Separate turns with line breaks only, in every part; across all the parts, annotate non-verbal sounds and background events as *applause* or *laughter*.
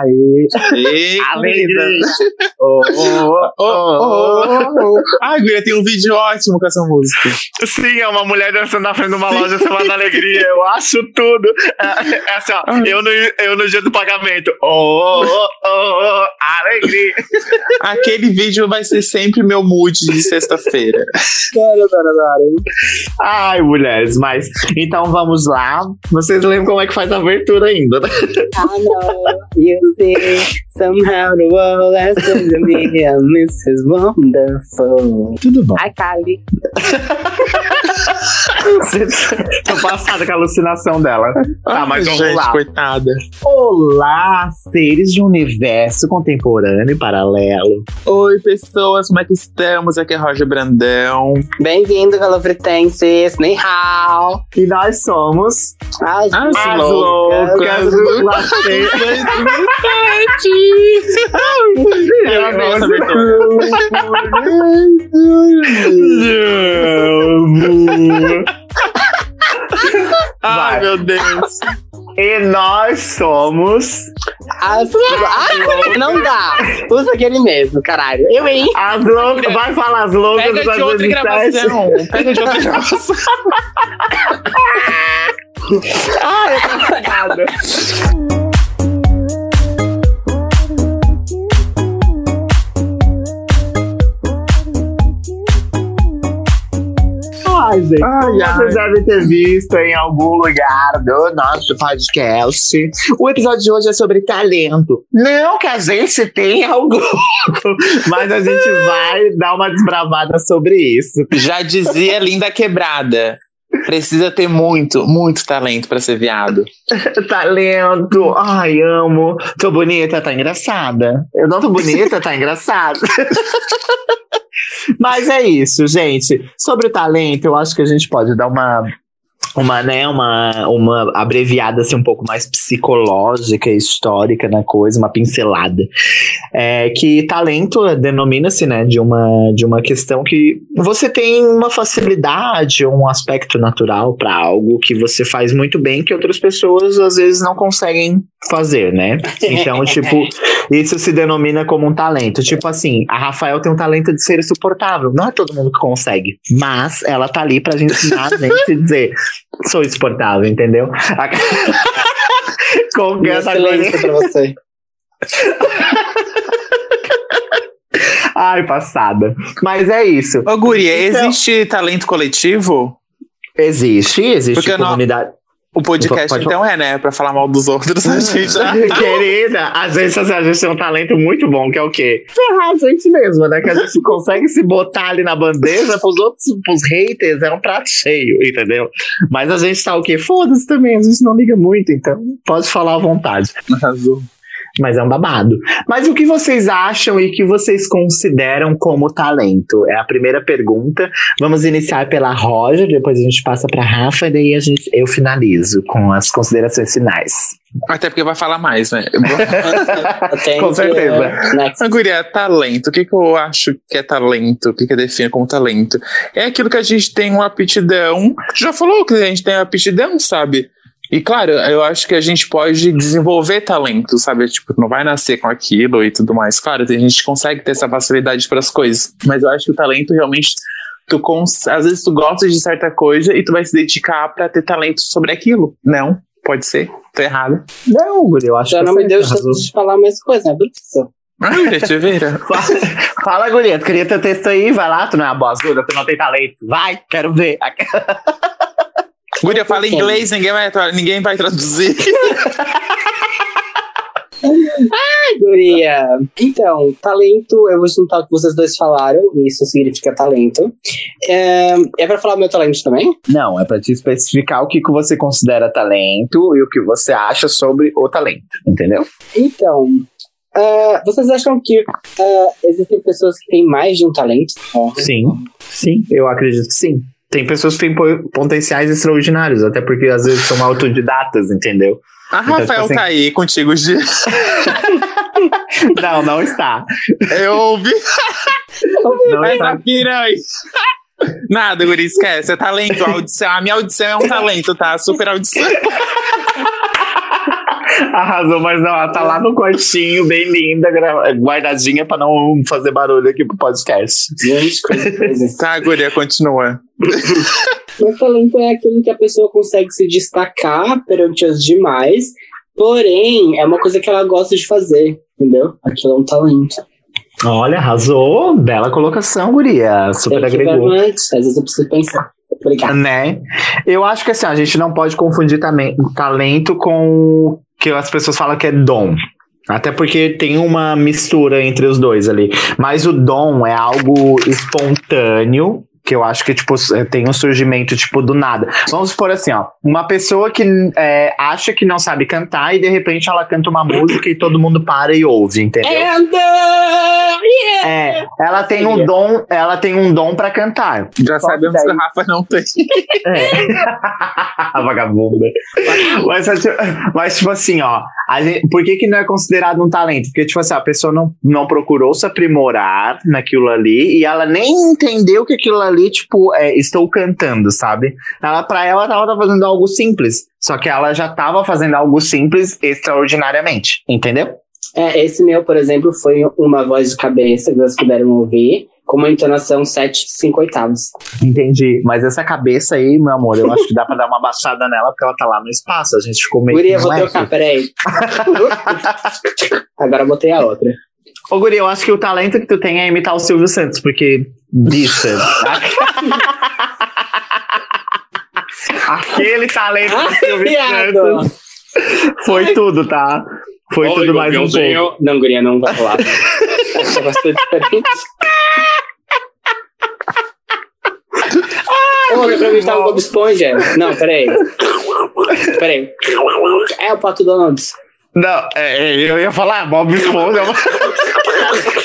Aê!
Ei,
Alegria! Oh, oh,
Oh, oh, oh, oh. Ai, Guria, tem um vídeo ótimo com essa música.
Sim, é uma mulher dançando na frente de uma loja semana da alegria. Eu acho tudo. É, é assim, ó. Eu no, eu no dia do pagamento. Oh, oh, oh, oh, alegria.
Aquele vídeo vai ser sempre meu mood de sexta-feira.
Cara, cara, cara.
Ai, mulheres, mas. Então vamos lá. Vocês lembram como é que faz a abertura ainda,
*laughs*
né?
I know you see somehow the world has turned to me and this is wonderful.
Tudo bom.
Ai, Kali.
Tô passada com a alucinação dela. Tá, mas
Ai,
vamos
Ah, gente,
lá.
coitada.
Olá, seres de um universo contemporâneo e paralelo.
Oi, pessoas, como é que estamos? Aqui é Roger Brandão.
Bem-vindo, calofritenses. Nem hao.
E nós somos
Ai,
As
As
loucas
loucas do
do-
Lacerda.
Eu amei essa abertura. Ai,
Vai.
meu Deus.
E nós somos
as... Ai, não dá. Usa aquele mesmo, caralho. Eu, hein?
as loucas. Vai falar as loucas
Pega
do
de outra
2007.
gravação. Pega de
*laughs*
outra gravação.
Ah,
Ai, gente.
Ai, Vocês devem ter visto em algum lugar do nosso podcast. O episódio de hoje é sobre talento. Não que a gente tenha algum, *laughs* mas a gente vai dar uma desbravada sobre isso.
Já dizia Linda Quebrada. Precisa ter muito, muito talento pra ser viado.
tá Talento. Ai, amo. Tô bonita, tá engraçada. Eu não tô bonita, tá engraçada. *laughs* Mas é isso, gente. Sobre o talento, eu acho que a gente pode dar uma uma, né, uma, uma abreviada assim, um pouco mais psicológica e histórica na coisa, uma pincelada. É, que talento denomina-se, né, de uma, de uma questão que você tem uma facilidade, um aspecto natural para algo que você faz muito bem que outras pessoas às vezes não conseguem fazer, né? Então, tipo, isso se denomina como um talento. Tipo assim, a Rafael tem um talento de ser insuportável. Não é todo mundo que consegue, mas ela tá ali pra gente ensinar a gente e dizer, sou insuportável, entendeu? *laughs* A- Com
Meu
essa coisa.
silêncio
*laughs*
pra você.
Ai, passada. Mas é isso.
Ô, Guria,
Então-
existe talento coletivo?
Existe, existe
Porque não- *laughs*
comunidade.
O podcast,
Pode-
então, é, né? Pra falar É. mal dos outros, a gente já...
Querida, às vezes a gente tem um talento muito bom, que é o quê? Ferrar a gente mesmo, né? Que a
*laughs*
gente consegue se botar ali na bandeja pros outros, pros haters, é um prato cheio, entendeu? Mas a gente tá o quê? Foda-se também, a gente não liga muito, então pode falar à vontade.
*laughs* Arrasou.
Mas é um babado. Mas o que vocês acham e que vocês consideram como talento? É a primeira pergunta. Vamos iniciar pela Roger, depois a gente passa pra Rafa, e daí a gente, eu finalizo com as considerações finais.
Até porque vai falar mais, *laughs* né?
Thank
Com
you.
certeza.
Next.
Mas, Guria, é talento. O que, que eu acho que é talento? O que, que eu defino como talento? É aquilo que a gente tem uma aptidão. Tu já falou que a gente tem aptidão, sabe? E claro, eu acho que a gente pode desenvolver talento, sabe? Tipo, não vai nascer com aquilo e tudo mais. Claro, tem gente que consegue ter essa facilidade para as coisas. Mas eu acho que o talento realmente. Tu cons... Às vezes tu gosta de certa coisa e tu vai se dedicar para ter talento sobre aquilo. Não, pode ser. Tô errado.
Não, Guri, eu acho
Já
que
não me
você
deu
arrasou.
chance de falar mais coisa, né, professor?
Ah, Guria, te vira.
*laughs* Fala, guria, tu queria teu texto aí, vai lá, tu não é uma boazuda, tu não tem talento. Vai, quero ver.
Guria, fala inglês, ninguém vai, ninguém vai traduzir.
Guria. Então, talento, eu vou juntar o que vocês dois falaram, e isso significa talento. É, é pra falar meu talento também?
Não, é pra te especificar o que, que você considera talento e o que você acha sobre o talento, entendeu?
Então, ah, vocês acham que ah, existem pessoas que têm mais de um talento?
Sim, sim, eu acredito que sim. Tem pessoas que têm po- potenciais extraordinários, até porque às vezes são autodidatas, entendeu?
A
Então,
Rafael
tipo assim-
tá aí contigo,
*laughs*
Gi.
Não, não está.
Eu ouvi.
Não tá.
Mas
está.
a piranha. Nada, Guri, esquece. É talento, a audição. A minha audição é um talento, tá? Super audição.
Arrasou, mas não, ela tá lá no quartinho, bem linda, gra- guardadinha pra não fazer barulho aqui pro podcast.
*laughs* Gente, coisa coisa.
Tá, guria, continua.
Mas talento é aquilo que a pessoa consegue se destacar perante os demais, porém, é uma coisa que ela gosta de fazer, entendeu? Aquilo é um talento.
Olha, arrasou. Bela colocação, guria.
Tem
Super
que ver
agregou.
antes, às vezes eu preciso pensar. Obrigada.
Né? Eu acho que assim, a gente não pode confundir também talento com o que as pessoas falam que é dom. Até porque tem uma mistura entre os dois ali. Mas o dom é algo espontâneo, que eu acho que, tipo, é, tem um surgimento, tipo, do nada. Vamos supor assim, ó. Uma pessoa que é, acha que não sabe cantar e de repente ela canta uma música e todo mundo para e ouve, entendeu?
And, uh, yeah.
É, ela tem um dom, ela tem um dom para *laughs* cantar.
Já sabemos que a Rafa não tem.
A Ah, vagabunda. Mas, mas, tipo- mas, tipo assim, ó. a gente- por que, que não é considerado um talento? Porque, tipo assim, a pessoa não, não procurou se aprimorar naquilo ali e ela nem entendeu que aquilo ali, tipo, é, estou cantando, sabe? Ela, pra ela, ela tava fazendo algo simples. Só que ela já tava fazendo algo simples extraordinariamente, entendeu?
É, esse meu, por exemplo, foi uma voz de cabeça, que vocês puderam ouvir, com uma entonação 7, 5 oitavos.
Entendi. Mas essa cabeça aí, meu amor, eu acho que dá pra dar uma baixada nela porque ela tá lá no espaço. A gente ficou meio.
Guria, vou
moleque.
trocar, peraí. Agora eu botei a outra.
Ô, Guri, eu acho que o talento que tu tem é imitar o Silvio Santos, porque, *laughs* bicha. Aquele talento do Silvio
Viado.
Santos foi tudo, tá? Foi
Oi,
tudo mais um
Gabrielzinho.
pouco.
Não, guria, não vai falar. Essa vai ser tá diferente. Ô, pra mim tá o Bob Esponja. Não, peraí. Peraí. É o Pato Donald.
Não, é, é, eu ia falar, Bob Esponja.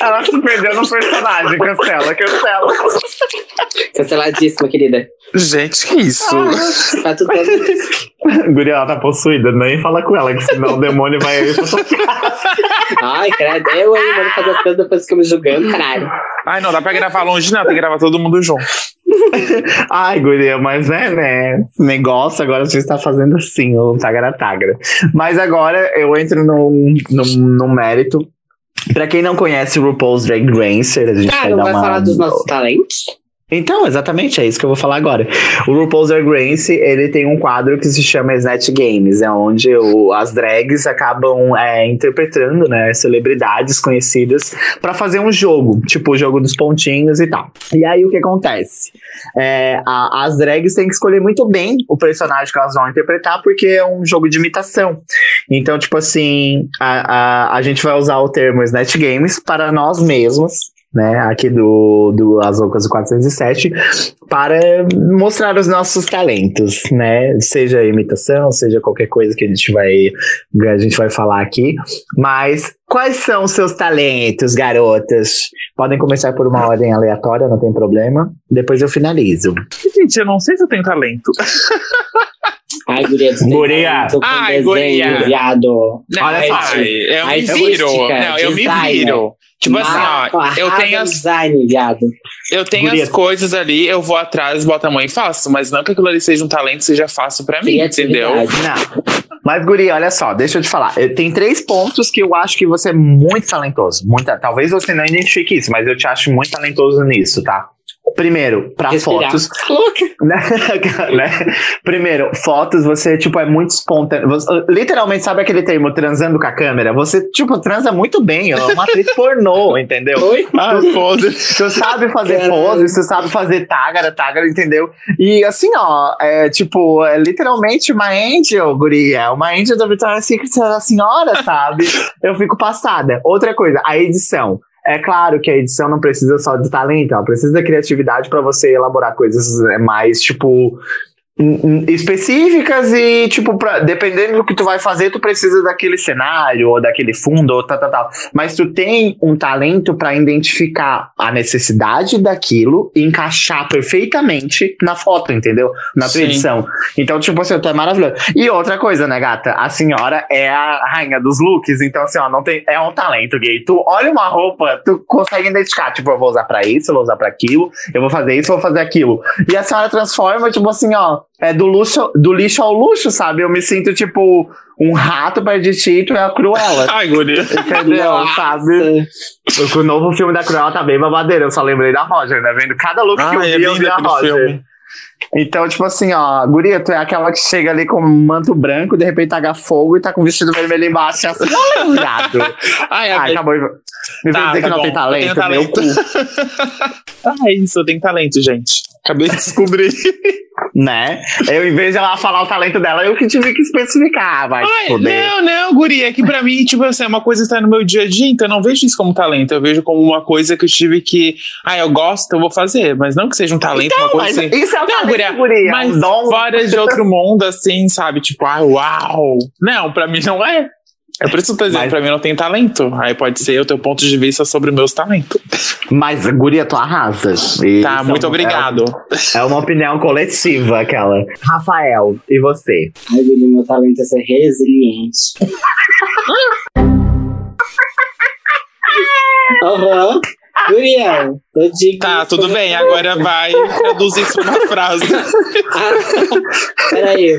Ela se perdeu no personagem. Cancela, cancela.
Canceladíssima, querida.
Gente, que isso?
Pato Donald.
Guri, ela tá possuída, nem fala com ela, que senão o demônio vai. *laughs*
Ai, credo. Eu aí, mano, fazer as coisas depois que eu me julgando, caralho.
Ai, não dá pra gravar longe, não. Tem que gravar todo mundo junto.
Ai, guria, mas é, né? Esse negócio agora você está fazendo assim, o tagra-tagra. Mas agora eu entro num, num, num mérito. Pra quem não conhece o RuPaul's Drag Race, a gente
Ah,
vai
não
dar
vai
uma...
falar dos nossos talentos?
Então, exatamente, é isso que eu vou falar agora. O RuPaul's Drag Race, ele tem um quadro que se chama Snatch Games, é onde o- as drags acabam é, interpretando, né, celebridades conhecidas pra fazer um jogo, tipo o jogo dos pontinhos e tal. E aí o que acontece? É, a- as drags têm que escolher muito bem o personagem que elas vão interpretar, porque é um jogo de imitação. Então, tipo assim, a, a, a gente vai usar o termo Snatch Games para nós mesmos, né, aqui do, do As Loucas do 407, para mostrar os nossos talentos, né, seja imitação, seja qualquer coisa que a gente vai, a gente vai falar aqui, mas quais são os seus talentos, garotas? Podem começar por uma ordem aleatória, não tem problema, depois eu finalizo.
Gente, eu não sei se eu tenho talento.
Ai, guria, tu tem
Guria.
talento com
Ai,
desenho,
guria.
viado.
Não,
Olha
é,
só.
Eu
Ai,
me viro.
rústica,
Não, eu me
designer.
viro. Tipo assim,
Marco,
ó, eu
arrasa
tenho
no
as-
design, viado.
Eu tenho
Guria.
as coisas ali, eu vou atrás, boto a mão e faço, mas não que aquilo ali seja um talento, seja fácil pra mim,
*laughs*
entendeu?
Criatividade.
Não. Mas, Guri, olha só, deixa eu te falar. Eh, Tem três pontos que eu acho que você é muito talentoso. Muita, talvez você não identifique isso, mas eu te acho muito talentoso nisso, tá? Primeiro, pra
Respirar.
fotos. *laughs* né? Né? Primeiro, fotos, você, tipo, é muito espontâneo. Você- literalmente, sabe aquele termo transando com a câmera? Você, tipo, transa muito bem. É uma atriz pornô, *laughs* entendeu?
Oi?
Ah, foda-se.
*laughs* Tu sabe fazer
Caralho.
pose, tu sabe fazer tágara, tágara, entendeu? E assim, ó, é tipo, é literalmente uma angel, guria. Uma angel da Victoria's Secret da senhora, sabe? Eu fico passada. Outra coisa, a edição. É claro que a edição não precisa só de talento, ela precisa da criatividade pra você elaborar coisas é, mais, tipo, n- n- específicas e, tipo, pra- dependendo do que tu vai fazer, tu precisa daquele cenário, ou daquele fundo, ou tal, tal, tal mas tu tem um talento pra identificar a necessidade daquilo e encaixar perfeitamente na foto, entendeu? Na tua
Sim.
edição. Então, tipo assim, tu é maravilhoso. E outra coisa, né, gata? A senhora é a rainha dos looks, então assim, ó, não tem, é um talento gay. Tu olha uma roupa, tu consegue identificar, tipo, eu vou usar pra isso, eu vou usar pra aquilo, eu vou fazer isso, eu vou fazer aquilo. E a senhora transforma, tipo assim, ó, É do luxo, do lixo ao luxo, sabe? Eu me sinto tipo um rato perto de ti e tu é a
*laughs*
Cruella.
Ai, guria.
entendeu? Sabe? O novo filme da Cruella tá bem babadeira. Eu só lembrei da Roger, né? Vendo cada look que eu
Ai, é
vi, eu
lindo
vi a
aquele
Roger.
filme.
Então, tipo assim, ó, guria, tu é aquela que chega ali com um manto branco, de repente taga fogo e tá com um vestido vermelho embaixo, e assim,
*laughs*
ó, lembrado.
Ai,
Ah,
ai,
acabou. Me vem
É, Tá,
dizer
tá
que não
bom.
tem
Eu tenho
talento, meu cu.
ah, é isso, eu tenho talento, gente. Acabei de descobrir.
Né? Eu, em vez de ela falar o talento dela, eu que tive que especificar, ah, vai
*laughs* Ai,
se foder.
não, não, guria, é que pra mim, tipo assim, é uma coisa que tá no meu dia a dia, então eu não vejo isso como talento, eu vejo como uma coisa que eu tive que, ah, eu gosto, eu vou fazer, mas não que seja um talento, uma coisa
Mas
assim.
isso é o
Não,
talento,
guria,
guria. é
Mas
um dom.
fora de outro mundo, assim, sabe? Tipo, ah, uau! Não, pra mim não é. É por isso que eu tô dizendo,
Mas-
pra mim não tem talento. Aí pode ser o teu ponto de vista sobre meus talentos.
Mas, guria, tu arrasa. Isso é
tá, muito
uma-
obrigado.
É uma opinião coletiva, aquela. Rafael, e você?
Ai, Vini, meu talento é ser
*laughs*
resiliente. Aham. Guriel, eu digo.
Tá, tudo bem, agora vai traduzir isso numa frase.
*laughs* Peraí.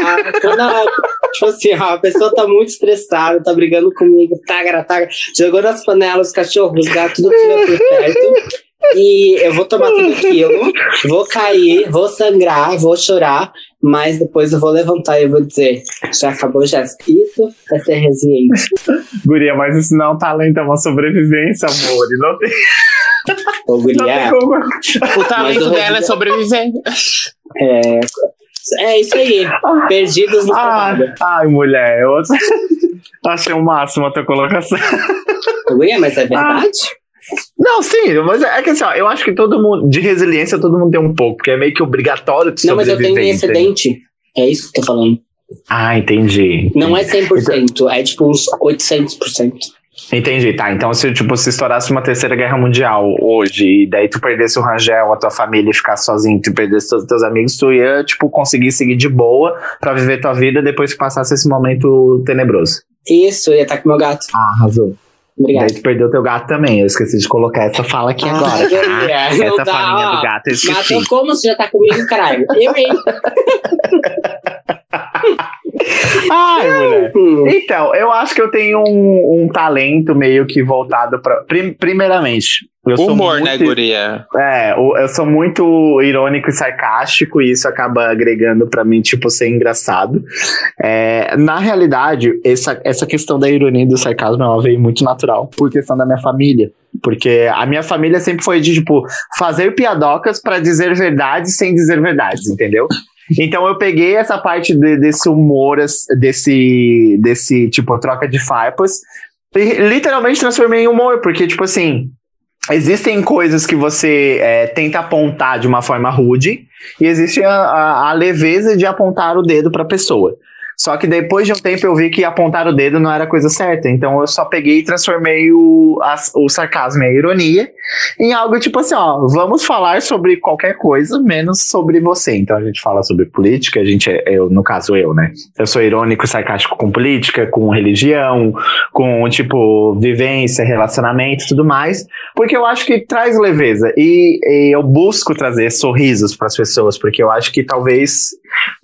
Ah, quando a, tipo assim, ó, a pessoa tá muito estressada, tá brigando comigo, tagra, tagra. Jogou nas panelas, os cachorros, os gatos, tudo que tiver por perto. E eu vou tomar tudo aquilo, vou cair, vou sangrar, vou chorar, mas depois eu vou levantar e eu vou dizer: já acabou, Jéssica. Isso é ser resiliente.
Guria, mas isso não é um talento, é uma sobrevivência, amor. E Não tem,
Ô,
não tem
guria,
como.
O talento
eu-
dela é sobreviver.
é, é isso aí. Perdidos no
Ah,
trabalho.
ai, mulher, eu *laughs* achei o máximo a tua colocação.
Guria, mas
Ah.
é verdade?
Não, sim, mas é que assim, ó, eu acho que todo mundo, de resiliência, todo mundo tem um pouco, porque é meio que obrigatório de
Não, mas eu tenho
sobreviver, entende?
excedente. É isso que eu tô falando.
Ah, entendi.
Não é
Então-
100%, é tipo uns 800%.
Entendi, tá. Então, se tipo, se estourasse uma terceira guerra mundial hoje, e daí tu perdesse o Rangel, a tua família e ficasse sozinho, tu perdesse todos os teus amigos, tu ia, tipo, conseguir seguir de boa pra viver tua vida depois que passasse esse momento tenebroso.
Isso, eu ia estar com meu gato.
Ah, arrasou. Daí
Obrigado.
tu perdeu teu gato também. Eu esqueci de colocar essa fala aqui agora. tá?
Ah, não
Essa
dá,
falinha
ó.
do gato, eu esqueci.
Matou como você já tá comigo, caralho? Eu, hein?
Ai, mulher.
Hum.
Então, eu acho que eu tenho um, um talento meio que voltado pra. prim- primeiramente, eu sou
Humor,
muito, *laughs*
né, guria?
É, o- eu sou muito irônico e sarcástico e isso acaba agregando pra mim tipo ser engraçado. É, na realidade, essa, essa questão da ironia e do sarcasmo ela veio muito natural por questão da minha família. Porque a minha família sempre foi de, tipo, fazer piadocas pra dizer verdades sem dizer verdades, entendeu? Então eu peguei essa parte de- desse humor, as- desse, desse tipo, troca de farpas, e literalmente transformei em humor, porque, tipo assim, existem coisas que você é, tenta apontar de uma forma rude, e existe a, a- a leveza de apontar o dedo pra pessoa. Só que depois de um tempo eu vi que apontar o dedo não era a coisa certa, então eu só peguei e transformei o, as- o sarcasmo e a ironia em algo tipo assim, ó, vamos falar sobre qualquer coisa, menos sobre você. Então a gente fala sobre política, a gente, é- eu, no caso eu, né? Eu sou irônico e sarcástico com política, com religião, com, tipo, vivência, relacionamento e tudo mais, porque eu acho que traz leveza e, e eu busco trazer sorrisos para as pessoas, porque eu acho que talvez,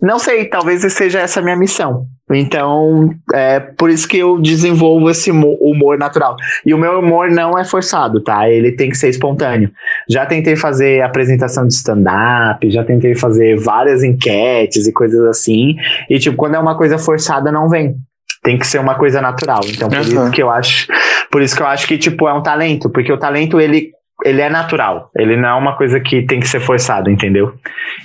não sei, talvez seja essa a minha missão. Então, é por isso que eu desenvolvo esse mo- humor natural. E o meu humor não é forçado, tá? Ele tem que ser espontâneo. Já tentei fazer apresentação de stand-up, já tentei fazer várias enquetes e coisas assim. E, tipo, quando é uma coisa forçada, não vem. Tem que ser uma coisa natural. Então, por
Aham.
isso que eu acho. Por isso que eu acho que, tipo, é um talento. Porque o talento, ele, ele é natural. Ele não é uma coisa que tem que ser forçada, entendeu?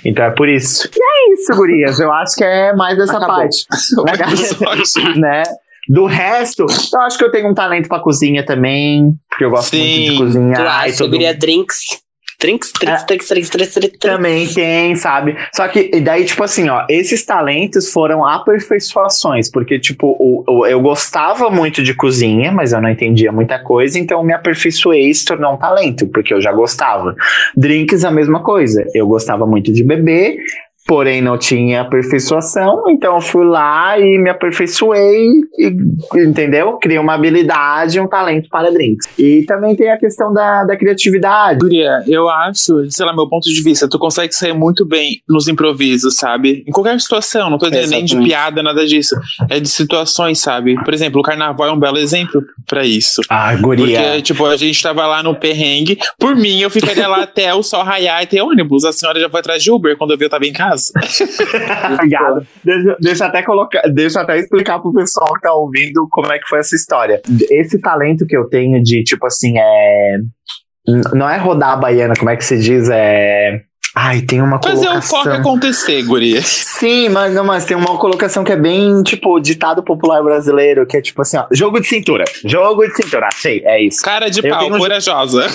Então é por isso. E é isso, Gurias. Eu acho que é mais essa
Acabou.
parte. *laughs*
Sorte.
né? Do resto, eu acho que eu tenho um talento pra cozinha também, porque eu gosto muito
Sim,
de
Tu
cozinhar. Ah, e
acha,
todo Ah.
guria, drinks? Drinks, drinks, drinks, drinks, drinks, drinks, drinks.
Também tem, sabe? Só que, e daí, tipo assim, ó, esses talentos foram aperfeiçoações, porque, tipo, o- o- eu gostava muito de cozinha, mas eu não entendia muita coisa, então eu me aperfeiçoei e se tornou um talento, porque eu já gostava. Drinks, a mesma coisa. Eu gostava muito de beber. po- porém não tinha aperfeiçoação, então eu fui lá e me aperfeiçoei, e, entendeu? Criei uma habilidade, um talento para drinks. E também tem a questão da, da criatividade.
Guria, eu acho, sei lá, meu ponto de vista, tu consegue sair muito bem nos improvisos, sabe? Em qualquer situação, não tô dizendo nem de
Exatamente.
piada, nada disso. É de situações, sabe? Por exemplo, o carnaval é um belo exemplo pra isso.
Ah,
Porque, tipo, a gente tava lá no perrengue. Por mim, eu ficaria lá até o sol raiar e ter ônibus. A senhora já foi atrás de Uber quando eu vi eu tava em casa.
Obrigado. Deixa, deixa eu até colocar, deixa eu até explicar pro pessoal que tá ouvindo como é que foi essa história. Esse talento que eu tenho de, tipo assim, é. n- Não é rodar a baiana, como é que se diz? É. Ai, tem uma
Fazer um o
colocação.
foco acontecer, guria.
Sim, mas, não, mas tem uma colocação que é bem, tipo, ditado popular brasileiro, que é tipo assim, ó, jogo de cintura. Jogo de cintura, achei, é isso.
Cara de
Eu
pau,
tenho- *laughs*
corajosa.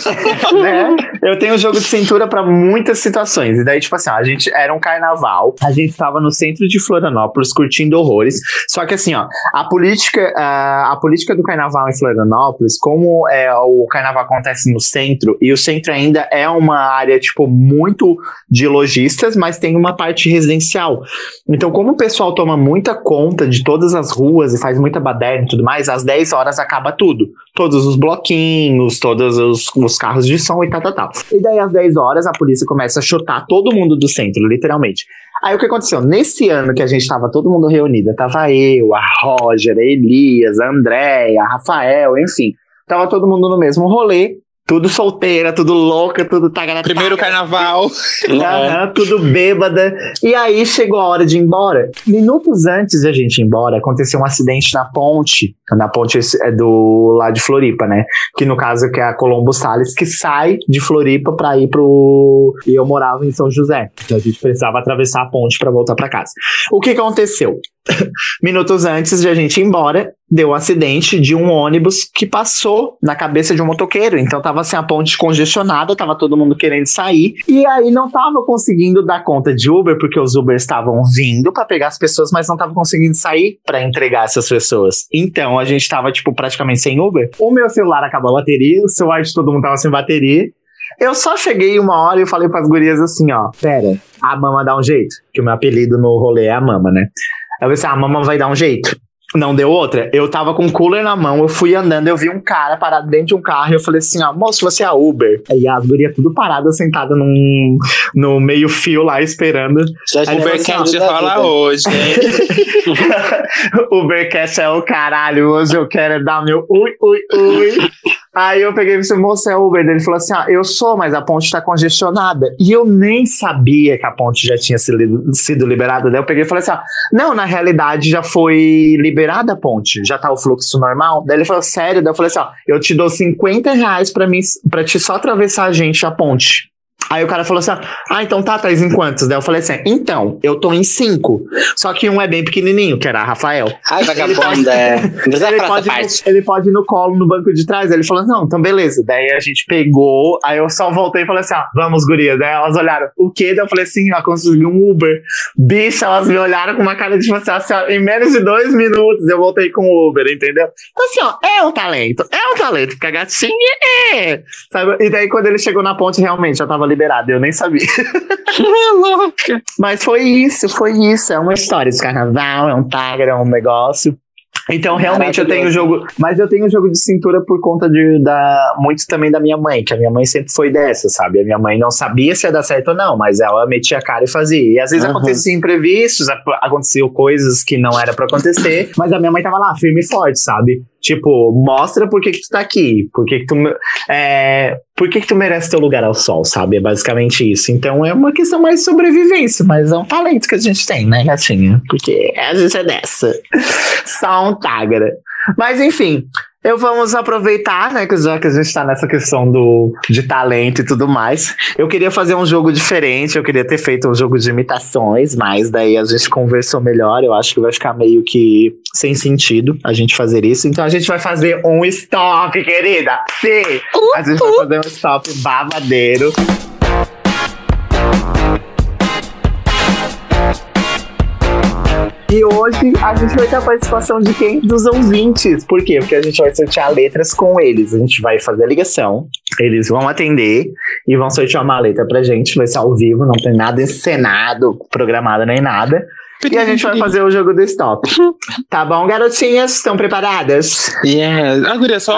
né? Eu tenho jogo de cintura pra muitas situações. E daí, tipo assim, ó, a gente era um carnaval, a gente tava no centro de Florianópolis curtindo horrores. Só que assim, ó, a política, ah, a política do carnaval em Florianópolis, como é, o carnaval acontece no centro, e o centro ainda é uma área, tipo, muito de lojistas, mas tem uma parte residencial. Então, como o pessoal toma muita conta de todas as ruas e faz muita baderna e tudo mais, às 10 horas acaba tudo todos os bloquinhos, todos os, os carros de som e tal, tal, tal. E daí, às 10 horas, a polícia começa a chutar todo mundo do centro, literalmente. Aí o que aconteceu? Nesse ano que a gente tava todo mundo reunida, tava eu, a Roger, a Elias, a Andréia, a Rafael, enfim. Tava todo mundo no mesmo rolê, tudo solteira, tudo louca, tudo tagada.
Primeiro carnaval. É.
Aham, Tá, tudo bêbada. E aí chegou a hora de ir embora. Minutos antes da gente ir embora, aconteceu um acidente na ponte, na ponte é, do lá de Floripa, né? Que no caso que é a Colombo Salles, que sai de Floripa pra ir pro. E eu morava em São José. Então a gente precisava atravessar a ponte pra voltar pra casa. O que que aconteceu? Minutos antes de a gente ir embora, deu um acidente de um ônibus que passou na cabeça de um motoqueiro. Então tava assim, a ponte congestionada, tava todo mundo querendo sair. E aí não tava conseguindo dar conta de Uber, porque os Ubers estavam vindo pra pegar as pessoas, mas não tava conseguindo sair pra entregar essas pessoas. Então a gente tava, tipo, praticamente sem Uber. O meu celular acabou a bateria, o celular de todo mundo tava sem bateria. Eu só cheguei uma hora e falei pras gurias assim, ó, pera, a mama dá um jeito, que o meu apelido no rolê é a mama, né? Aí eu pensei, ah, a mama vai dar um jeito. Não deu outra. Eu tava com um cooler na mão, eu fui andando, eu vi um cara parado dentro de um carro e eu falei assim, ó, moço, você é a Uber. Aí as gurias tudo parada, sentada num, no meio fio lá, esperando.
Já já
Uber
você
Cat
muda a
rola
vida.
hoje, né? hein?
Ubercast é o caralho, hoje eu quero é dar meu ui, ui, ui. Aí eu peguei e disse, moço, é Uber. Daí Ele falou assim, ah, eu sou, mas a ponte tá congestionada. E eu nem sabia que a ponte já tinha se li- sido liberada. Daí eu peguei e falei assim, ah, não, na realidade já foi liberada a ponte, já tá o fluxo normal. Daí ele falou, sério? Daí eu falei assim, ó, eu te dou 50 reais pra, mim, pra te só atravessar a gente a ponte. Aí o cara falou assim, ah, então tá, Thaís, em quantos? Daí eu falei assim, então, eu tô em cinco. Só que um é bem pequenininho, que era a Rafael.
Ai, vagabunda. é. Não precisa
Ele
falar
pode, ir
essa
no,
parte.
ele pode ir no colo, no banco de trás. Ele falou, não, então beleza. Daí a gente pegou, aí eu só voltei e falei assim, ó, vamos, gurias. Daí elas olharam, o quê? Daí eu falei assim, ó, consegui um Uber. Bicha, elas me olharam com uma cara de tipo assim, ó, assim, ó, em menos de dois minutos eu voltei com o Uber, entendeu? Então assim, ó, é um talento, é um talento. Fica gatinha, é. Sabe? E daí quando ele chegou na ponte, realmente, já tava liberado, eu nem sabia. Mas foi isso, foi isso. É uma história de carnaval, é um tagre, é um negócio. Então, realmente, eu tenho jogo. Mas eu tenho um jogo de cintura por conta de, da, muito também da minha mãe, que a minha mãe sempre foi dessa, sabe? A minha mãe não sabia se ia dar certo ou não, mas ela metia a cara e fazia. E às vezes
Aham.
acontecia imprevistos, ap- aconteciam coisas que não era pra acontecer, mas a minha mãe tava lá, firme e forte, sabe? Tipo, mostra por que, que tu tá aqui, por que, que tu me- é, por que, que tu merece teu lugar ao sol, sabe? É basicamente isso. Então é uma questão mais de sobrevivência, mas é um talento que a gente tem, né, gatinha? Porque a gente é dessa. *laughs* Só um tágara. Mas enfim, eu vamos aproveitar, né, que já que a gente tá nessa questão do, de talento e tudo mais. Eu queria fazer um jogo diferente, eu queria ter feito um jogo de imitações, mas daí a gente conversou melhor, eu acho que vai ficar meio que sem sentido a gente fazer isso. Então a gente vai fazer um stop, querida! Sim! A gente vai fazer um stop babadeiro. E hoje a gente vai ter a participação de quem? Dos ouvintes. Por quê? Porque a gente vai sortear letras com eles. A gente vai fazer a ligação, eles vão atender e vão sortear uma letra pra gente. Vai ser ao vivo, não tem nada encenado, programado nem nada. *laughs* E a gente
*laughs*
vai fazer o jogo do stop. Tá bom, garotinhas? Estão preparadas?
Yeah. Ah, guria, só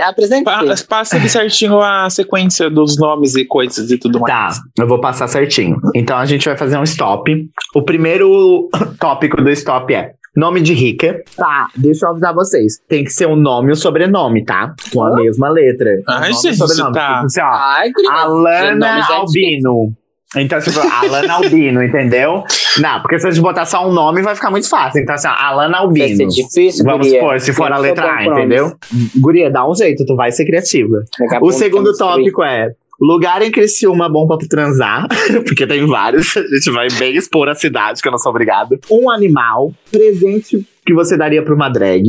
Apresente-se,
pa-
apresente-se.
passa ali certinho a sequência dos nomes e coisas e tudo mais.
Tá, eu vou passar certinho. Então a gente vai fazer um stop. O primeiro *coughs* tópico do stop é nome de rica. Tá, deixa eu avisar vocês. Tem que ser o nome e o sobrenome, tá? Com a mesma letra.
Ah,
Ai,
O nome e o
gente, tá.
Tipo assim, ó,
Ai, querida.
Alana
Nome Ah, já é
Albino. Então, tipo, Alana Albino, entendeu? Não, porque se a gente botar só um nome vai ficar muito fácil. Então, assim, ó, Alana
Vai ser
Albino.
difícil,
Vamos
guria.
supor, se for a
Eu
letra
sou
A,
bom promise.
entendeu? Guria, dá um jeito, tu vai ser criativa. O
Vagabundo
segundo
tá me
tópico é lugar em Criciúma bom pra transar, *laughs* porque tem vários, a gente vai bem expor a cidade, que eu não sou obrigado. Um animal, presente que você daria pra uma drag.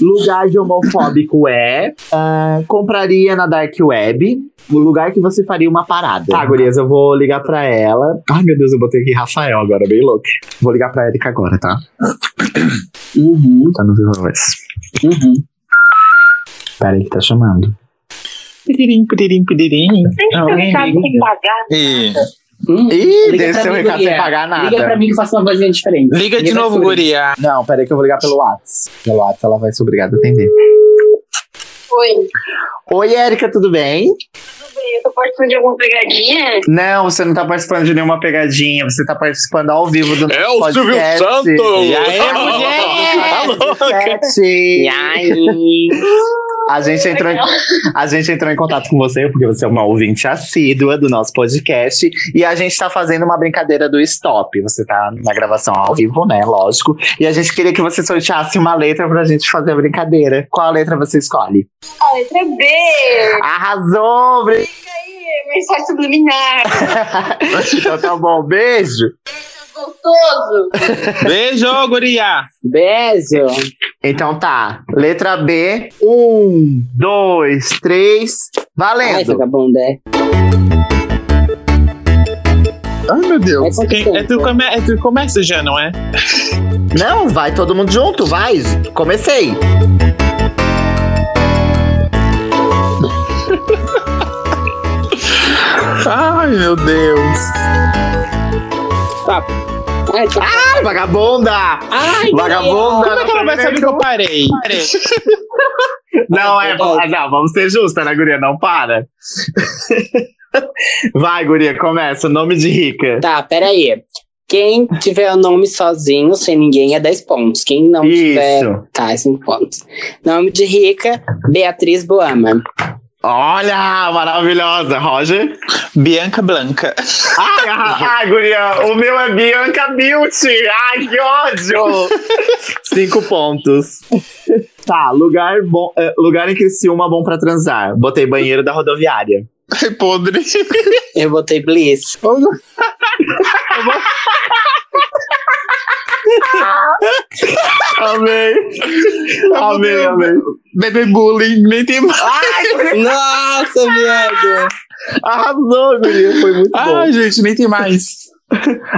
Lugar de homofóbico é. ah, compraria na Dark Web. O lugar que você faria uma parada. Tá, gurias, eu vou ligar pra ela. Ai, meu Deus, eu botei aqui Rafael agora, bem louco. Vou ligar pra Erika agora, tá?
Uhum,
Tá no Viva Voz.
uhum.
Pera aí que tá chamando.
Piririm, piririm, piririm. Alguém liga? E-
Hum.
Ih,
Liga
desceu
pra
o
mim,
recado sem
guria.
pagar nada.
Liga pra mim que faça uma vozinha diferente.
*laughs*
Liga de
Ninguém vai
novo,
descobrir.
guria.
Não, peraí que eu vou ligar pelo Whats. Pelo Whats ela vai ser obrigada a atender.
Oi,
Oi, Érica, tudo bem?
tudo bem? Eu tô participando de alguma pegadinha?
Não, você não tá participando de nenhuma pegadinha, você tá participando ao vivo do
É o
podcast.
Silvio Santos!
E aí,
Tá
mulher!
louca?
17.
E aí?
A gente, entrou em, a gente entrou em contato com você porque você é uma ouvinte assídua do nosso podcast e a gente tá fazendo uma brincadeira do stop. Você tá na gravação ao vivo, né? Lógico. E a gente queria que você sorteasse uma letra pra gente fazer a brincadeira. Qual letra você escolhe?
A letra B!
Arrasou! brin-
Ih, Mensagem subliminar!
*laughs* Então tá bom, beijo.
Gostoso!
Beijo, guria.
Beijo.
Então tá, letra B. Um, dois, três,
Ai,
valendo.
vagabundo, é.
Ai, meu Deus.
É quanto
É, tu,
tempo?
come, é tu começa já, não é?
Não, vai todo mundo junto, vai. Comecei.
*laughs* Ai, meu Deus.
Ai, tá-
Ai, vagabunda!
Ai,
Vagabunda!
Como é que ela vai saber que eu parei?
Não, é, va- não, vamos ser justas, né, guria? Não para. *laughs* Vai, guria, começa. Nome de rica.
Tá, peraí. Quem tiver o nome sozinho, sem ninguém, é 10 pontos. Quem não tiver,
Isso.
tá, é 5 pontos. Nome de rica, Beatriz Boama.
Olha, maravilhosa. Roger.
Bianca Blanca.
Ai, a- ai, guria, o meu é Bianca Beauty. Ai, que ódio. *laughs* Cinco pontos. Tá, lugar bom, eh, lugar em Criciúma bom pra transar. Botei banheiro da rodoviária.
Ai, podre. *laughs*
Eu botei Bliss.
Amei. *laughs* Amei, amei.
Bebê bullying, nem tem mais.
Nossa, viado!
Arrasou, guria, foi muito bom.
Ai, Ah, gente, nem tem mais.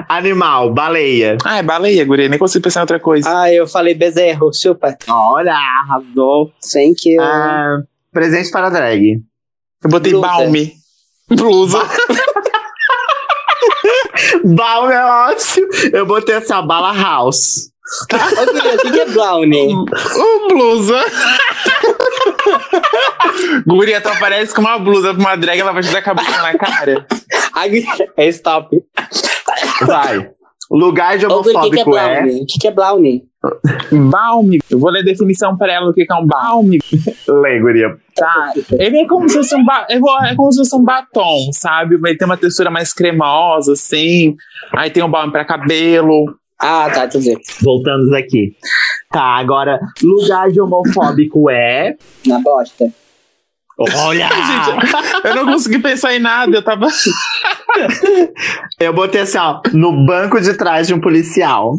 Animal, baleia.
Ai, baleia, guria. Nem consigo pensar em outra coisa.
Ah, eu falei bezerro, chupa.
Olha, arrasou.
Thank you.
Ah, presente para drag.
eu botei
blusa.
balme. Blusa.
Bal é ótimo. Eu botei assim, a bala house.
Ô, guria, o que que é
*laughs*
brownie?
Ô, blusa. *laughs* guria, tu aparece com uma blusa pra uma drag, ela vai te dar cabeça na cara.
Ai, guria, É stop.
Vai. Lugar de
Ô, guria, o que que é
homofóbico é.
brownie? O que que é brownie?
Balme. Eu vou ler a definição pra ela do que que é um balme.
Lê, guria,
Tá. Ele é como se fosse um, ba... eu vou- é como se fosse um batom, sabe? Mas Ele tem uma textura mais cremosa, assim. Aí tem um balme pra cabelo.
Ah, tá, tudo bem.
Voltamos aqui. Tá, agora, lugar de homofóbico é.
Na bosta.
*laughs* Olha!
Eu não consegui pensar em nada, eu tava.
Eu botei assim, ó, no banco de trás de um policial.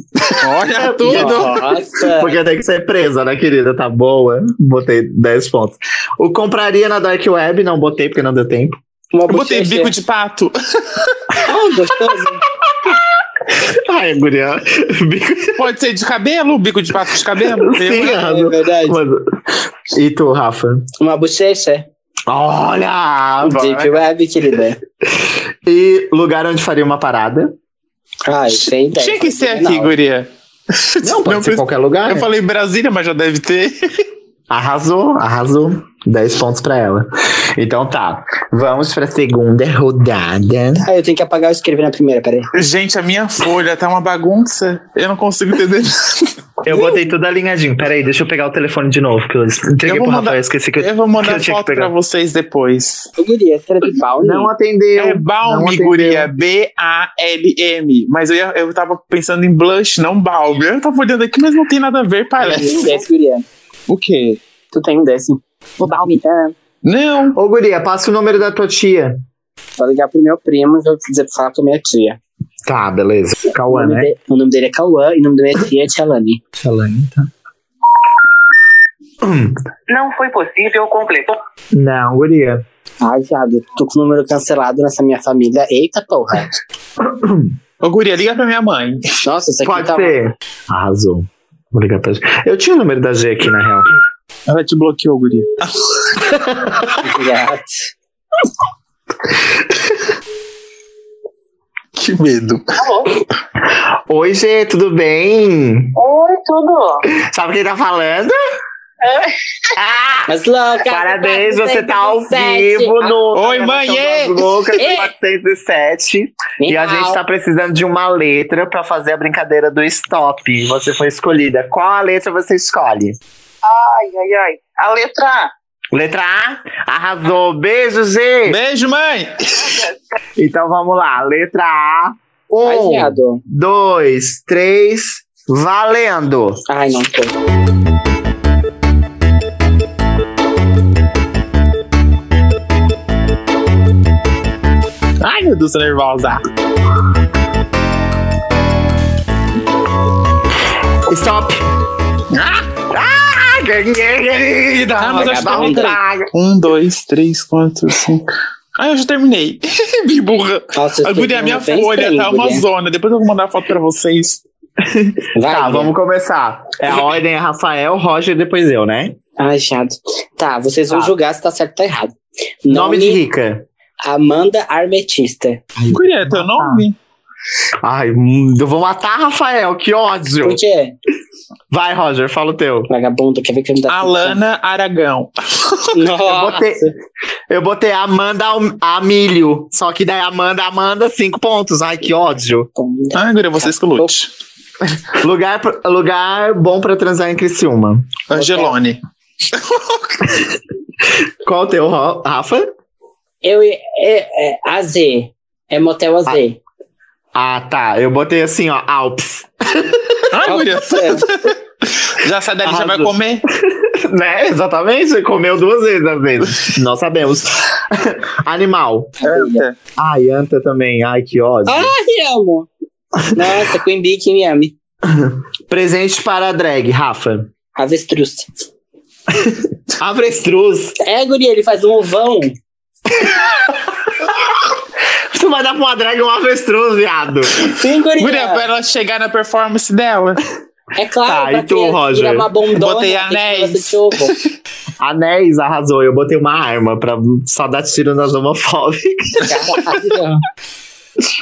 Olha tudo!
Nossa.
Porque tem que ser presa, né, querida? Tá boa. Botei 10 pontos. O compraria na Dark Web, não botei porque não deu tempo.
Uma
Eu botei bico de pato.
*laughs*
Ah, gostoso.
Ai, guria. *laughs* Bico
Pode ser de cabelo, bico de pato de cabelo.
sem
Eu-
É
asa.
verdade.
Mas- E tu, Rafa?
Uma bochecha.
Olha!
Deep Web, querida.
E lugar onde faria uma parada?
Ai, sem ideia.
Tinha que ser aqui,
Não.
guria.
Não, pode ser
precisa-
qualquer lugar.
Eu falei Brasília, mas já deve ter.
Arrasou, arrasou. 10 pontos pra ela. Então tá, vamos pra segunda rodada.
Ah, eu tenho que apagar e escrever na primeira, peraí.
Gente, a minha folha tá uma bagunça. Eu não consigo entender.
Eu botei tudo alinhadinho. Peraí, deixa eu pegar o telefone de novo, que eu entreguei
Eu vou
pro
mandar-
Rafael, esqueci que eu...
Eu vou
Eu
mandar
tinha que
foto
pegar.
pra vocês depois.
Ô, guria, essa era de pau, né?
Não atendeu.
É Balm,
atendeu.
guria. B-A-L-M. Mas eu, ia- eu tava pensando em blush, não Balm. Eu tava olhando aqui, mas não tem nada a ver,
é,
parece.
Desce, um guria.
O quê?
Tu tem um décimo.
O Balme.
Não.
Ô, guria, passa o número da tua tia.
Vou ligar pro meu primo e vou dizer pra falar com a minha tia.
Tá, beleza.
O
Cauã,
nome,
né?
de- o nome dele é Cauã e o nome da minha tia é Tia Lani.
Tchalane, tá.
Não foi possível completar.
Não, guria.
Ai, viado, tô com o número cancelado nessa minha família. Eita porra.
Ô, guria, liga pra minha mãe.
Nossa, isso aqui
Pode
tá.
ser. É Arrasou. Vou ligar pra G. Eu tinha o número da G aqui, na real.
Ela te bloqueou, guria.
Viado.
Que medo.
Alô?
Oi, G, tudo bem?
Oi, tudo?
Sabe quem tá falando?
Mas louca.
Parabéns, você tá ao
407.
vivo no.
Oi, mãe!
Das Loucas 407. E a gente tá precisando de uma letra pra fazer a brincadeira do stop. Você foi escolhida. Qual a letra você escolhe?
Ai, ai, ai. A letra A.
Letra A? Arrasou. Beijo, G.
Beijo, mãe!
Então vamos lá. Letra A.
Ai,
Um,
viado.
dois, três. Valendo!
Ai, não tô.
Ai, meu Deus, tô nervosa.
Stop! Ah, querida!
Ah, mas acho que tá
Dá um
bom.
trago.
Um, dois, três, quatro, cinco. Ai, eu já terminei. *laughs* Me burra.
Nossa, eu
A
tô
guria,
com
minha
bem
folha
estranho,
tá uma
guria.
zona. Depois eu vou mandar a foto pra vocês.
Vai,
Tá,
guria.
vamos começar. É a ordem é Rafael, Roger e depois eu, né?
Ai, chato. Tá, vocês vão
Tá.
julgar se tá certo ou tá errado.
Nome de rica.
Amanda Armetista.
Guria, teu nome?
Ai, hum, eu vou matar Rafael, que ódio.
Por quê?
Vai, Roger, fala o teu.
Vagabunda, quer ver que eu não dá
Alana Aragão.
Eu
Nossa.
botei, eu botei Amanda Am- Amílio. Só que daí Amanda, Amanda, cinco pontos. Ai, que ódio.
bunda.
Ai, guria, vocês que lute.
Lugar, pro- lugar bom pra transar em Criciúma.
Angelone.
Qual o teu, Ro- Rafa?
Eu e. É, é, AZ. É motel AZ.
Ah, tá. Eu botei assim, ó, Alps. *laughs*
Ai, guria. *laughs*
É,
Já sai dali, já vai
Arrasou.
comer.
Né? Exatamente. Comeu duas vezes, às vezes. Nós sabemos. *laughs* Animal.
guria.
Ai, anta também. Ah, Ai, que ódio.
Ai, amo. Nossa, Queen Bee que me ame.
Presente para a drag, Rafa.
Avestruz.
*laughs* Avestruz.
É, guria, ele faz um ovão.
Tu vai dar pra uma drag um avestruz, viado.
Sim, guria.
Guria, pra ela chegar na performance dela.
É claro,
Tá,
pra
e tu,
criança
Roger?
virar uma bondona,
Botei
tem que ter
anéis.
essa de ovo.
Anéis arrasou. Eu botei uma arma pra só dar tiro nas homofóbicas. *laughs*
Caralho.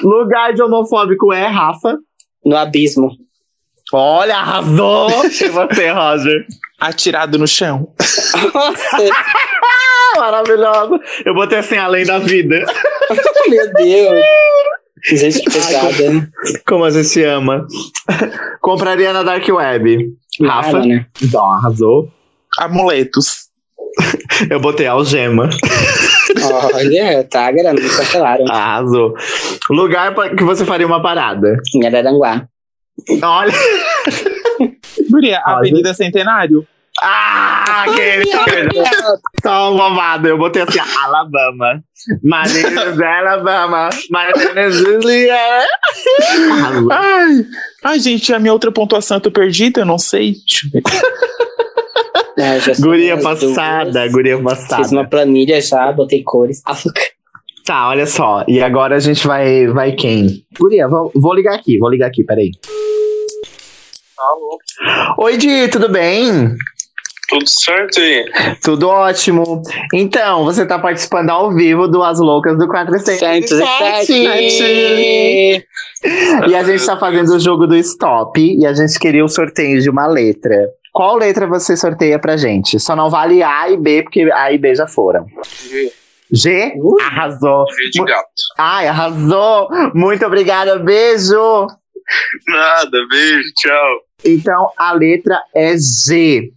Lugar de homofóbico é Rafa.
No abismo.
Olha, arrasou. *laughs* E você, Roger?
Atirado no chão.
Nossa,
Ah, maravilhosa. Eu botei assim, além da vida.
meu Deus. Gente, que pesada. hein?
Como a gente ama. Compraria na Dark Web. Rafa.
Arma, né?
Dó, arrasou.
Amuletos.
Eu botei algema.
Olha, tá grande, me cancelaram.
Arrasou. Lugar pra- que você faria uma parada. Então,
Em Araranguá.
Olha.
Guria,
Olha.
Avenida Centenário.
Ah, querida! Só um bobado. Eu botei assim, Alabama. Marinas Alabama. Marinas Julia.
Ai, ai, gente, a minha outra pontuação eu tô perdida, eu não sei. Deixa eu ver.
Ah, já sou
Guria
das
passada,
duas.
guria
Fiz
passada.
uma planilha já, botei cores. Ah,
Tá, olha só. E agora a gente vai, vai quem? Guria, vou, vou ligar aqui, vou ligar aqui, peraí.
Alô,
Oi, Di, tudo bem?
tudo certo aí?
Tudo ótimo. Então, você tá participando ao vivo do As Loucas do 407. E a gente tá fazendo o jogo do stop e a gente queria o sorteio de uma letra. Qual letra você sorteia pra gente? Só não vale A e B, porque A e B já foram.
G.
G? Arrasou.
G de
Mu-
gato.
Ai, arrasou. Muito obrigada, beijo.
Nada, beijo, tchau.
Então, a letra é G.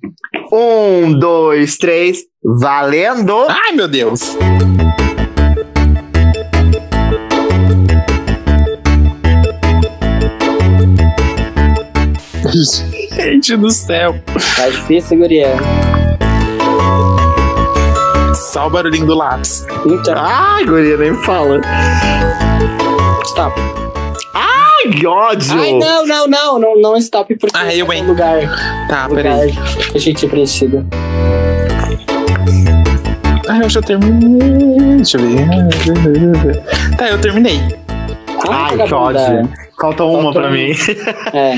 Um, dois, três, valendo!
Ai, meu Deus! Gente do céu!
Tá difícil, guria.
Só o barulhinho do lápis.
Então,
Ai, guria, nem Ah, fala.
stop.
Ai, que ódio!
Ai, não, não, não, não, não stop, porque
Ah, eu, hein?
é um lugar,
Tá,
lugar
peraí.
que a gente preenchido.
Ah, eu já terminei. Deixa eu ver. Tá, eu terminei.
Ai, que
vagabunda.
ódio. Faltou uma
Faltou
pra
uma.
mim. *laughs*
É.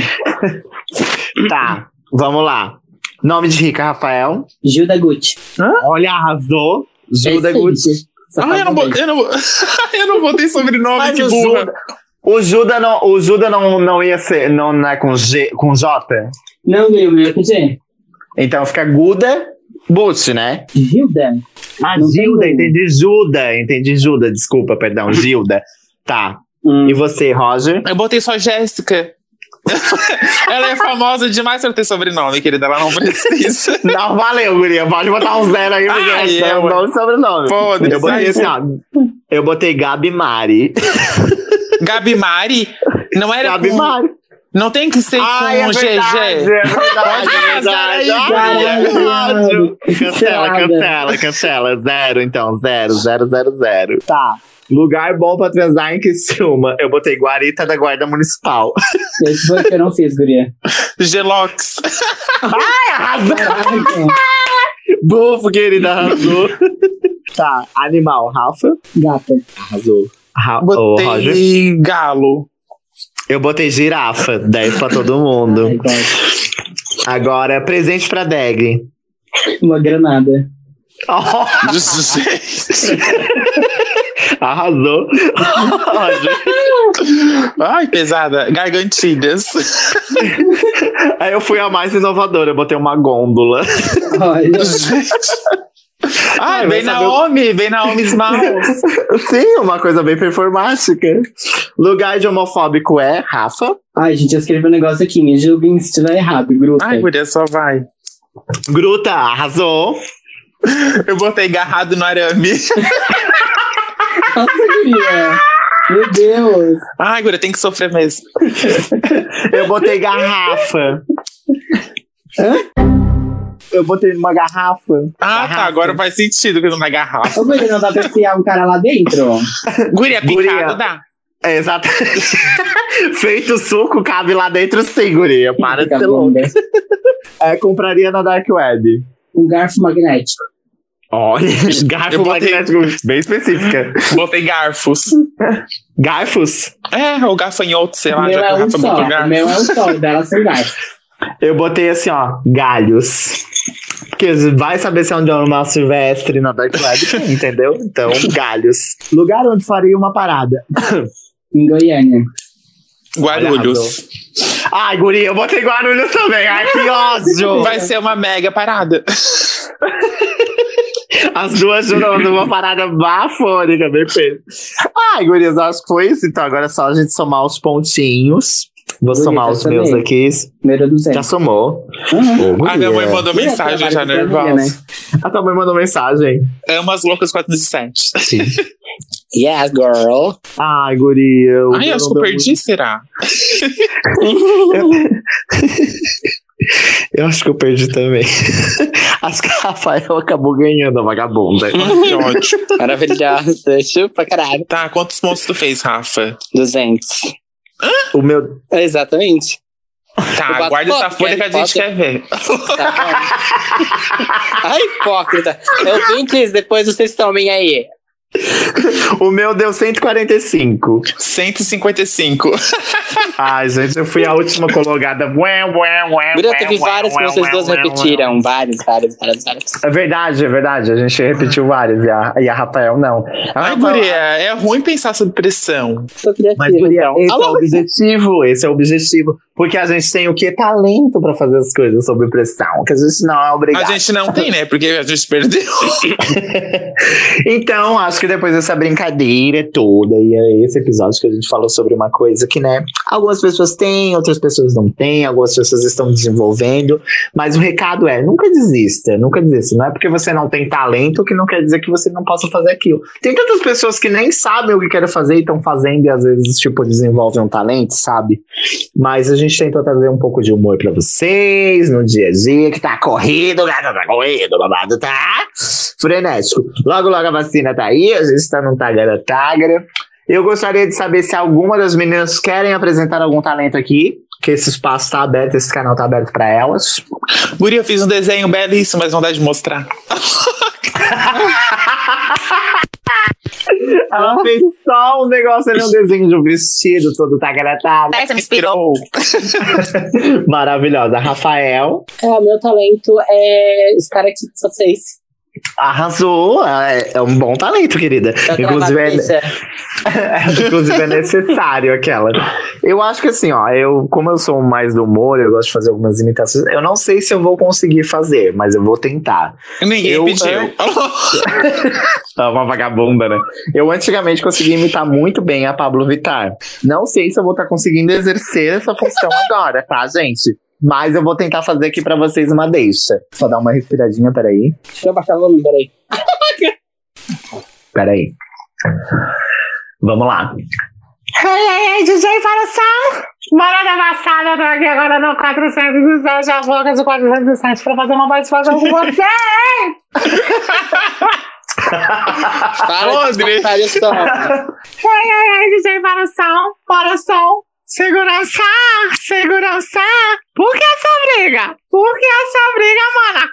Tá, vamos lá. Nome de rica, Rafael.
Gilda Gucci.
Olha, arrasou. Gilda
É isso,
Gucci.
gente. Só
Ah, eu não, bo- *laughs*
parabéns.
eu não, eu não botei sobrenome,
Mas
que
o
burra.
Juda, o Juda não, o Juda não, não ia ser, não, não é com G, com J.
Não, é meu, meu, quer dizer,
Então fica Guda, Butch, né?
Gilda.
Ah,
Não tem
Gilda,
um.
entendi Juda, entendi Juda, desculpa, *laughs* perdão, Gilda. Tá.
Hum,
E você, Roger?
Eu botei só Jéssica. *laughs* ela é famosa demais pra ter sobrenome, querida. Ela não precisa.
*laughs* Não, valeu, guria. Pode botar um zero aí, porque
Ai,
é
é,
o
ué.
nome e sobrenome.
Foda-se.
Eu botei assim, ó. Eu botei Gabi Mari.
Gabi Mari? Não era
Gabi
com-
Mari.
Não tem que ser
Ai,
com
é
GG.
verdade, é verdade, é verdade.
Ah,
Ai, é
caralho.
verdade. Cancela,
Cancelada.
cancela, cancela. Zero, então. Zero, zero, zero, zero. Tá. Lugar bom pra transar em Criciúma. Eu botei Guarita da Guarda Municipal.
Esse foi o que eu não
*laughs*
fiz, guria.
Gelox.
Ai, arrasou.
Caralho.
Bufo, querida, arrasou. tá, animal. Rafa?
Gata.
Arrasou. Ra ô, Roger.
Botei galo.
Eu botei girafa. 10 pra todo
Ai,
mundo.
gosto.
Agora, presente pra Deg. *laughs*
Uma granada.
arrasou. Roger.
*laughs* Ai, pesada. Gargantilhas.
*laughs* Aí eu fui a mais inovadora, eu botei uma gôndola.
Olha.
Ai,
*laughs* Ai, vai
bem
saber o-
Ah, Naomi. Bem
*laughs*
Naomi Smiles.
Sim, uma coisa bem performática. Lugar de homofóbico é Rafa.
Ai, gente, eu escrevi um negócio aqui. Me julguem se estiver errado,
É.
grupo.
Ai, guria, só vai.
Gruta, arrasou.
Eu botei garrado no arame.
Nossa, guria. Meu Deus.
Ai, guria, tem que sofrer mesmo.
Eu botei garrafa. Eu botei numa garrafa.
Ah, tá. Agora faz sentido que eu não é garrafa.
Ô, guria, não dá pra enfiar um cara lá dentro?
Guria, picado
Guria.
dá.
É, exato. *laughs* Feito suco, cabe lá dentro sim, guria. Para de ser louco.
Vagabunda.
É, compraria na Dark Web.
Um garfo magnético.
Olha, garfo
Eu botei-
magnético. Bem específica.
Botei garfos.
Garfos?
É, o gafanhoto, sei
O
lá,
meu
já que
é
o
um
Rafa botou
só. O
garfo.
meu é um só. O dela sem garfo.
Eu botei assim, ó, galhos. Porque vai saber se é um animal silvestre na Dark Web,
*laughs*
tem, entendeu? Então, galhos. Lugar onde faria uma parada.
Em Goiânia. um
Guarulhos.
Ai, guri, eu botei Guarulhos também. Ai, que ódio!
Vai ser uma mega parada.
As duas juntas numa parada bafônica, bem feito. Ai, gurias, acho que foi isso. Então, agora é só a gente somar os pontinhos. Vou
Guria,
somar
já
os meus
somei.
aqui.
Número
Já
200.
somou.
Uhum.
Ô,
A minha mãe
guria.
mandou
Guria,
mensagem
trabalho
já
pra guria,
nervosa.
A tua mãe mandou mensagem.
Amo as loucas 407.
Yes, girl.
Ai, guria. o
Ai,
meu
acho
não
que
deu
eu perdi,
*laughs*
será?
Eu acho que eu perdi também. *laughs* Acho que a Rafael acabou ganhando é um a vagabunda.
Ai, que ódio.
Maravilhosa. Chupa, caralho.
Tá, quantos pontos tu fez, Rafa?
200.
O meu.
Exatamente. Eu
Tá,
bato
guarda essa
foto,
folha que a
quero
gente
foto.
quer ver.
Tá
*laughs*
bom. Ai, hipócrita. Ouvintes, depois vocês tomem aí.
O meu deu 145.
155.
Ai, gente, eu fui a última colocada. Ué, ué, ué,
Bruna,
ué,
teve
ué,
várias que
ué,
vocês
ué,
duas
ué, ué.
repetiram. Várias, várias, várias, várias.
É verdade, é verdade. A gente repetiu várias e a, e a Rafael não.
Ai,
Ah,
guria, é ruim pensar sob pressão.
Sou
Mas,
criativa,
Guria,
então.
esse é
Alô,
o objetivo, esse é o objetivo. Porque a gente tem o quê? Talento pra fazer as coisas sob pressão, que a gente não é
A
obrigado.
gente não tem, né? Porque a gente perdeu. *laughs*
Então, acho que depois dessa brincadeira toda e é esse episódio que a gente falou sobre uma coisa que, né, algumas pessoas têm, outras pessoas não têm, algumas pessoas estão desenvolvendo, mas o recado é, nunca desista, nunca desista. Não é porque você não tem talento que não quer dizer que você não possa fazer aquilo. Tem tantas pessoas que nem sabem o que querem fazer e estão fazendo e às vezes, tipo, desenvolvem um talento, sabe? Mas a gente tentou trazer um pouco de humor pra vocês no dia a dia, que tá corrido, gata, tá corrido, babado, tá? frenético. Logo, logo a vacina tá aí, a gente tá num tagara tagara. Eu gostaria de saber se alguma das meninas querem apresentar algum talento aqui, que esse espaço tá aberto, esse canal tá aberto pra elas.
Guria, eu fiz um desenho belíssimo, mas não dá de mostrar.
Ela fez só um negócio ali, um desenho de um vestido todo tagara tagara.
Tá
Essa me inspirou.
*laughs* Maravilhosa. Rafael
É, o meu talento é estar aqui com vocês.
arrasou, é, é um bom talento, querida.
Tá
Inclusive,
travado,
é-
Letícia?
Inclusive é necessário aquela. Eu acho que assim, ó, eu, como eu sou mais do humor, eu gosto de fazer algumas imitações. Eu não sei se eu vou conseguir fazer, mas eu vou tentar.
Ninguém
Eu,
pediu. *laughs*
é. É uma vagabunda, né? Eu antigamente consegui imitar muito bem a Pablo Vittar. Não sei se eu vou estar conseguindo exercer essa função agora, tá, gente? Mas eu vou tentar fazer aqui pra vocês uma deixa. Só dar uma respiradinha, peraí.
Deixa eu baixar o volume, peraí.
Peraí. Vamos lá.
Ei, ei, ei, DJ Faração! Bora da passada, tô aqui agora no 407, a boca do 407 pra fazer uma participação com você!
Para de
Podre.
desmontar isso.
Ei, ei, ei, DJ Faração, bora som! Segurança, segurança! Por que essa briga? Por que essa briga, mana?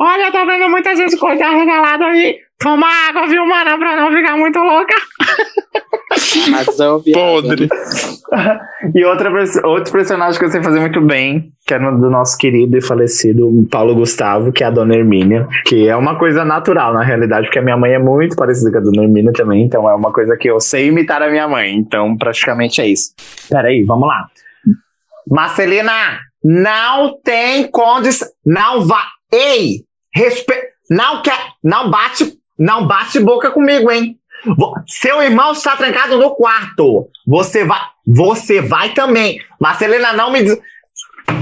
Olha, tá eu tô vendo muita gente com o olho arregalado aí. Toma água, viu, mana, pra não ficar muito louca.
Arrasou, viado.
Podre.
E outra, perso- outro personagem que eu sei fazer muito bem, que é no- do nosso querido e falecido Paulo Gustavo, que é a Dona Hermínia, que é uma coisa natural, na realidade, porque a minha mãe é muito parecida com a Dona Hermínia também, então é uma coisa que eu sei imitar a minha mãe, então praticamente é isso. Peraí, vamos lá. Marcelina, não tem condição, não vá, ei, respeita, não quer, não bate, não bate boca comigo, hein? Vo- Seu irmão está trancado no quarto. Você vai, você vai também. Marcelina, não me. des-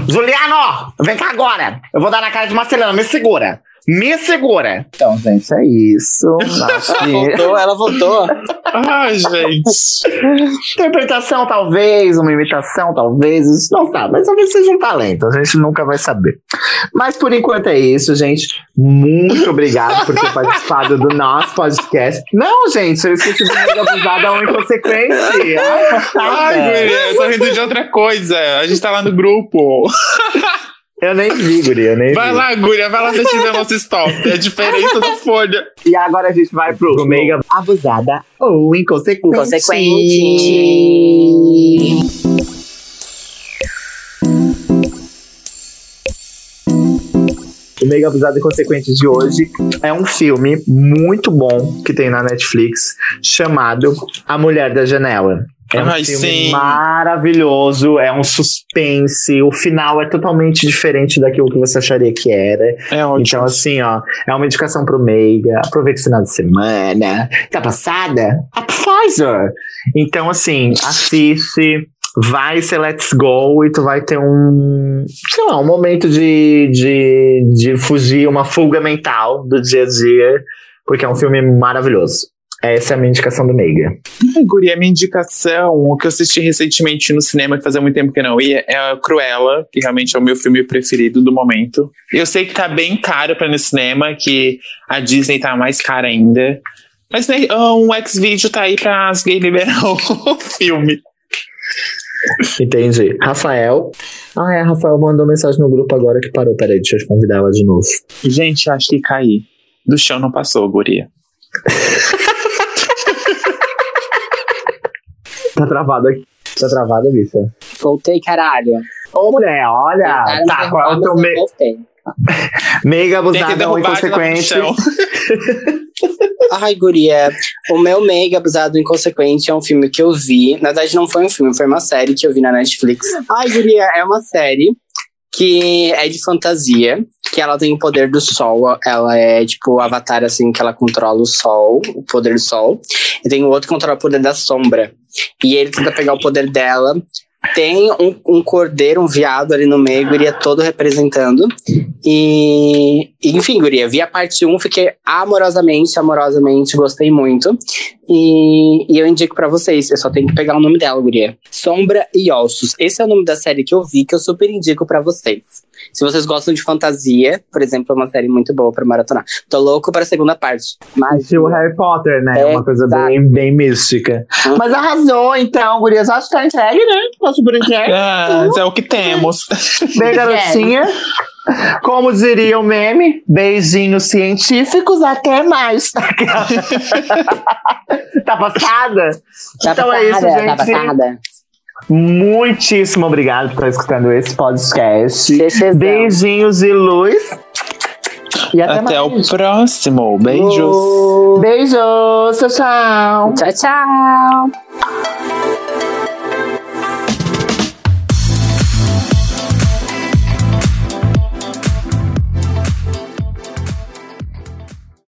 Juliano, vem cá agora. Eu vou dar na cara de Marcelina. Me segura. Me segura. Então, gente, é isso. *laughs* Acho que-
Voltou, ela voltou.
*laughs*
Ai, gente.
Interpretação, talvez, uma imitação, talvez. Isso não sabe, mas talvez seja um talento. A gente nunca vai saber. Mas por enquanto é isso, gente. Muito obrigado por ter participado do nosso podcast. Não, gente, eu esqueci do meio abusada ou inconsequente. Ai, tá
Ai,
passada.
guria, eu tô rindo de outra coisa. A gente tá lá no grupo.
Eu nem vi, Guria, eu nem
Vai
vi.
lá, guria, vai lá assistir a nossa stop. É diferente da folha.
E agora a gente vai pro, Meiga Abusada ou Inconsequente. O Meiga Abusada Inconsequente de hoje é um filme muito bom que tem na Netflix chamado A Mulher da Janela. É um
Ai,
filme
sim.
maravilhoso, é um suspense, o final é totalmente diferente daquilo que você acharia que era.
É ótimo.
Então, assim, ó, é uma indicação pro Meiga. Aproveita o final de semana. Tá passada? A Pfizer! Então, assim, assiste, vai ser Let's Go e tu vai ter um, sei lá, um momento de, de, de fugir, uma fuga mental do dia a dia, porque é um filme maravilhoso. Essa é a minha indicação do Meiga.
Ai, guria, minha indicação, o que eu assisti recentemente no cinema, que fazia muito tempo que eu não ia, é a Cruella, que realmente é o meu filme preferido do momento. Eu sei que tá bem caro pra ir no cinema, que a Disney tá mais cara ainda. Mas né, um ex-vídeo tá aí pra as gays liberar *laughs* o filme.
Entendi. Rafael. Ah, é, a Rafael mandou mensagem no grupo agora que parou. Peraí, deixa eu convidar ela de novo.
Gente, acho que caí. Do chão não passou, guria.
Tá travado aqui. Tá travada, bicha.
Voltei, caralho.
Ô, mulher, olha.
Tentaram
Tá,
me
qual é o
derrubar,
teu
mas eu
me...
Voltei.
meiga
Tem que
abusada ou
derrubar a grama no
inconsequente?
chão.
Ai, guria, o meu Meiga Abusado Inconsequente é um filme que eu vi. Na verdade, não foi um filme, foi uma série que eu vi na Netflix. Ai, guria, é uma série que é de fantasia, que ela tem o poder do sol. Ela é, tipo, o avatar, assim, que ela controla o sol, o poder do sol. E tem o outro que controla o poder da sombra. E ele tenta pegar o poder dela. Tem um, um cordeiro, um viado ali no meio, guria, todo representando. E, enfim, guria, vi a parte 1, fiquei amorosamente, amorosamente, gostei muito. E, e eu indico pra vocês, eu só tenho que pegar o nome dela, guria. Sombra e Ossos. Esse é o nome da série que eu vi, que eu super indico pra vocês. Se vocês gostam de fantasia, por exemplo, é uma série muito boa pra maratonar. Tô louco pra segunda parte. Mas,
Estilo Harry Potter, né?
É,
Uma coisa
exato.
bem, bem mística. Mas arrasou, então, gurias. Acho que
É
tá entregue, né? Tá super entregue.
Ah, é o que temos.
Bem, garotinha. Como diria o meme, beijinhos científicos, até mais. *laughs* tá passada?
tá
então
passada,
é isso,
tá
gente.
passada.
Muitíssimo obrigado por estar escutando esse podcast.
Beijão.
Beijinhos e luz. E *laughs* até,
Até
mais.
o próximo. Beijos.
Beijos. Tchau, tchau.
Tchau, tchau.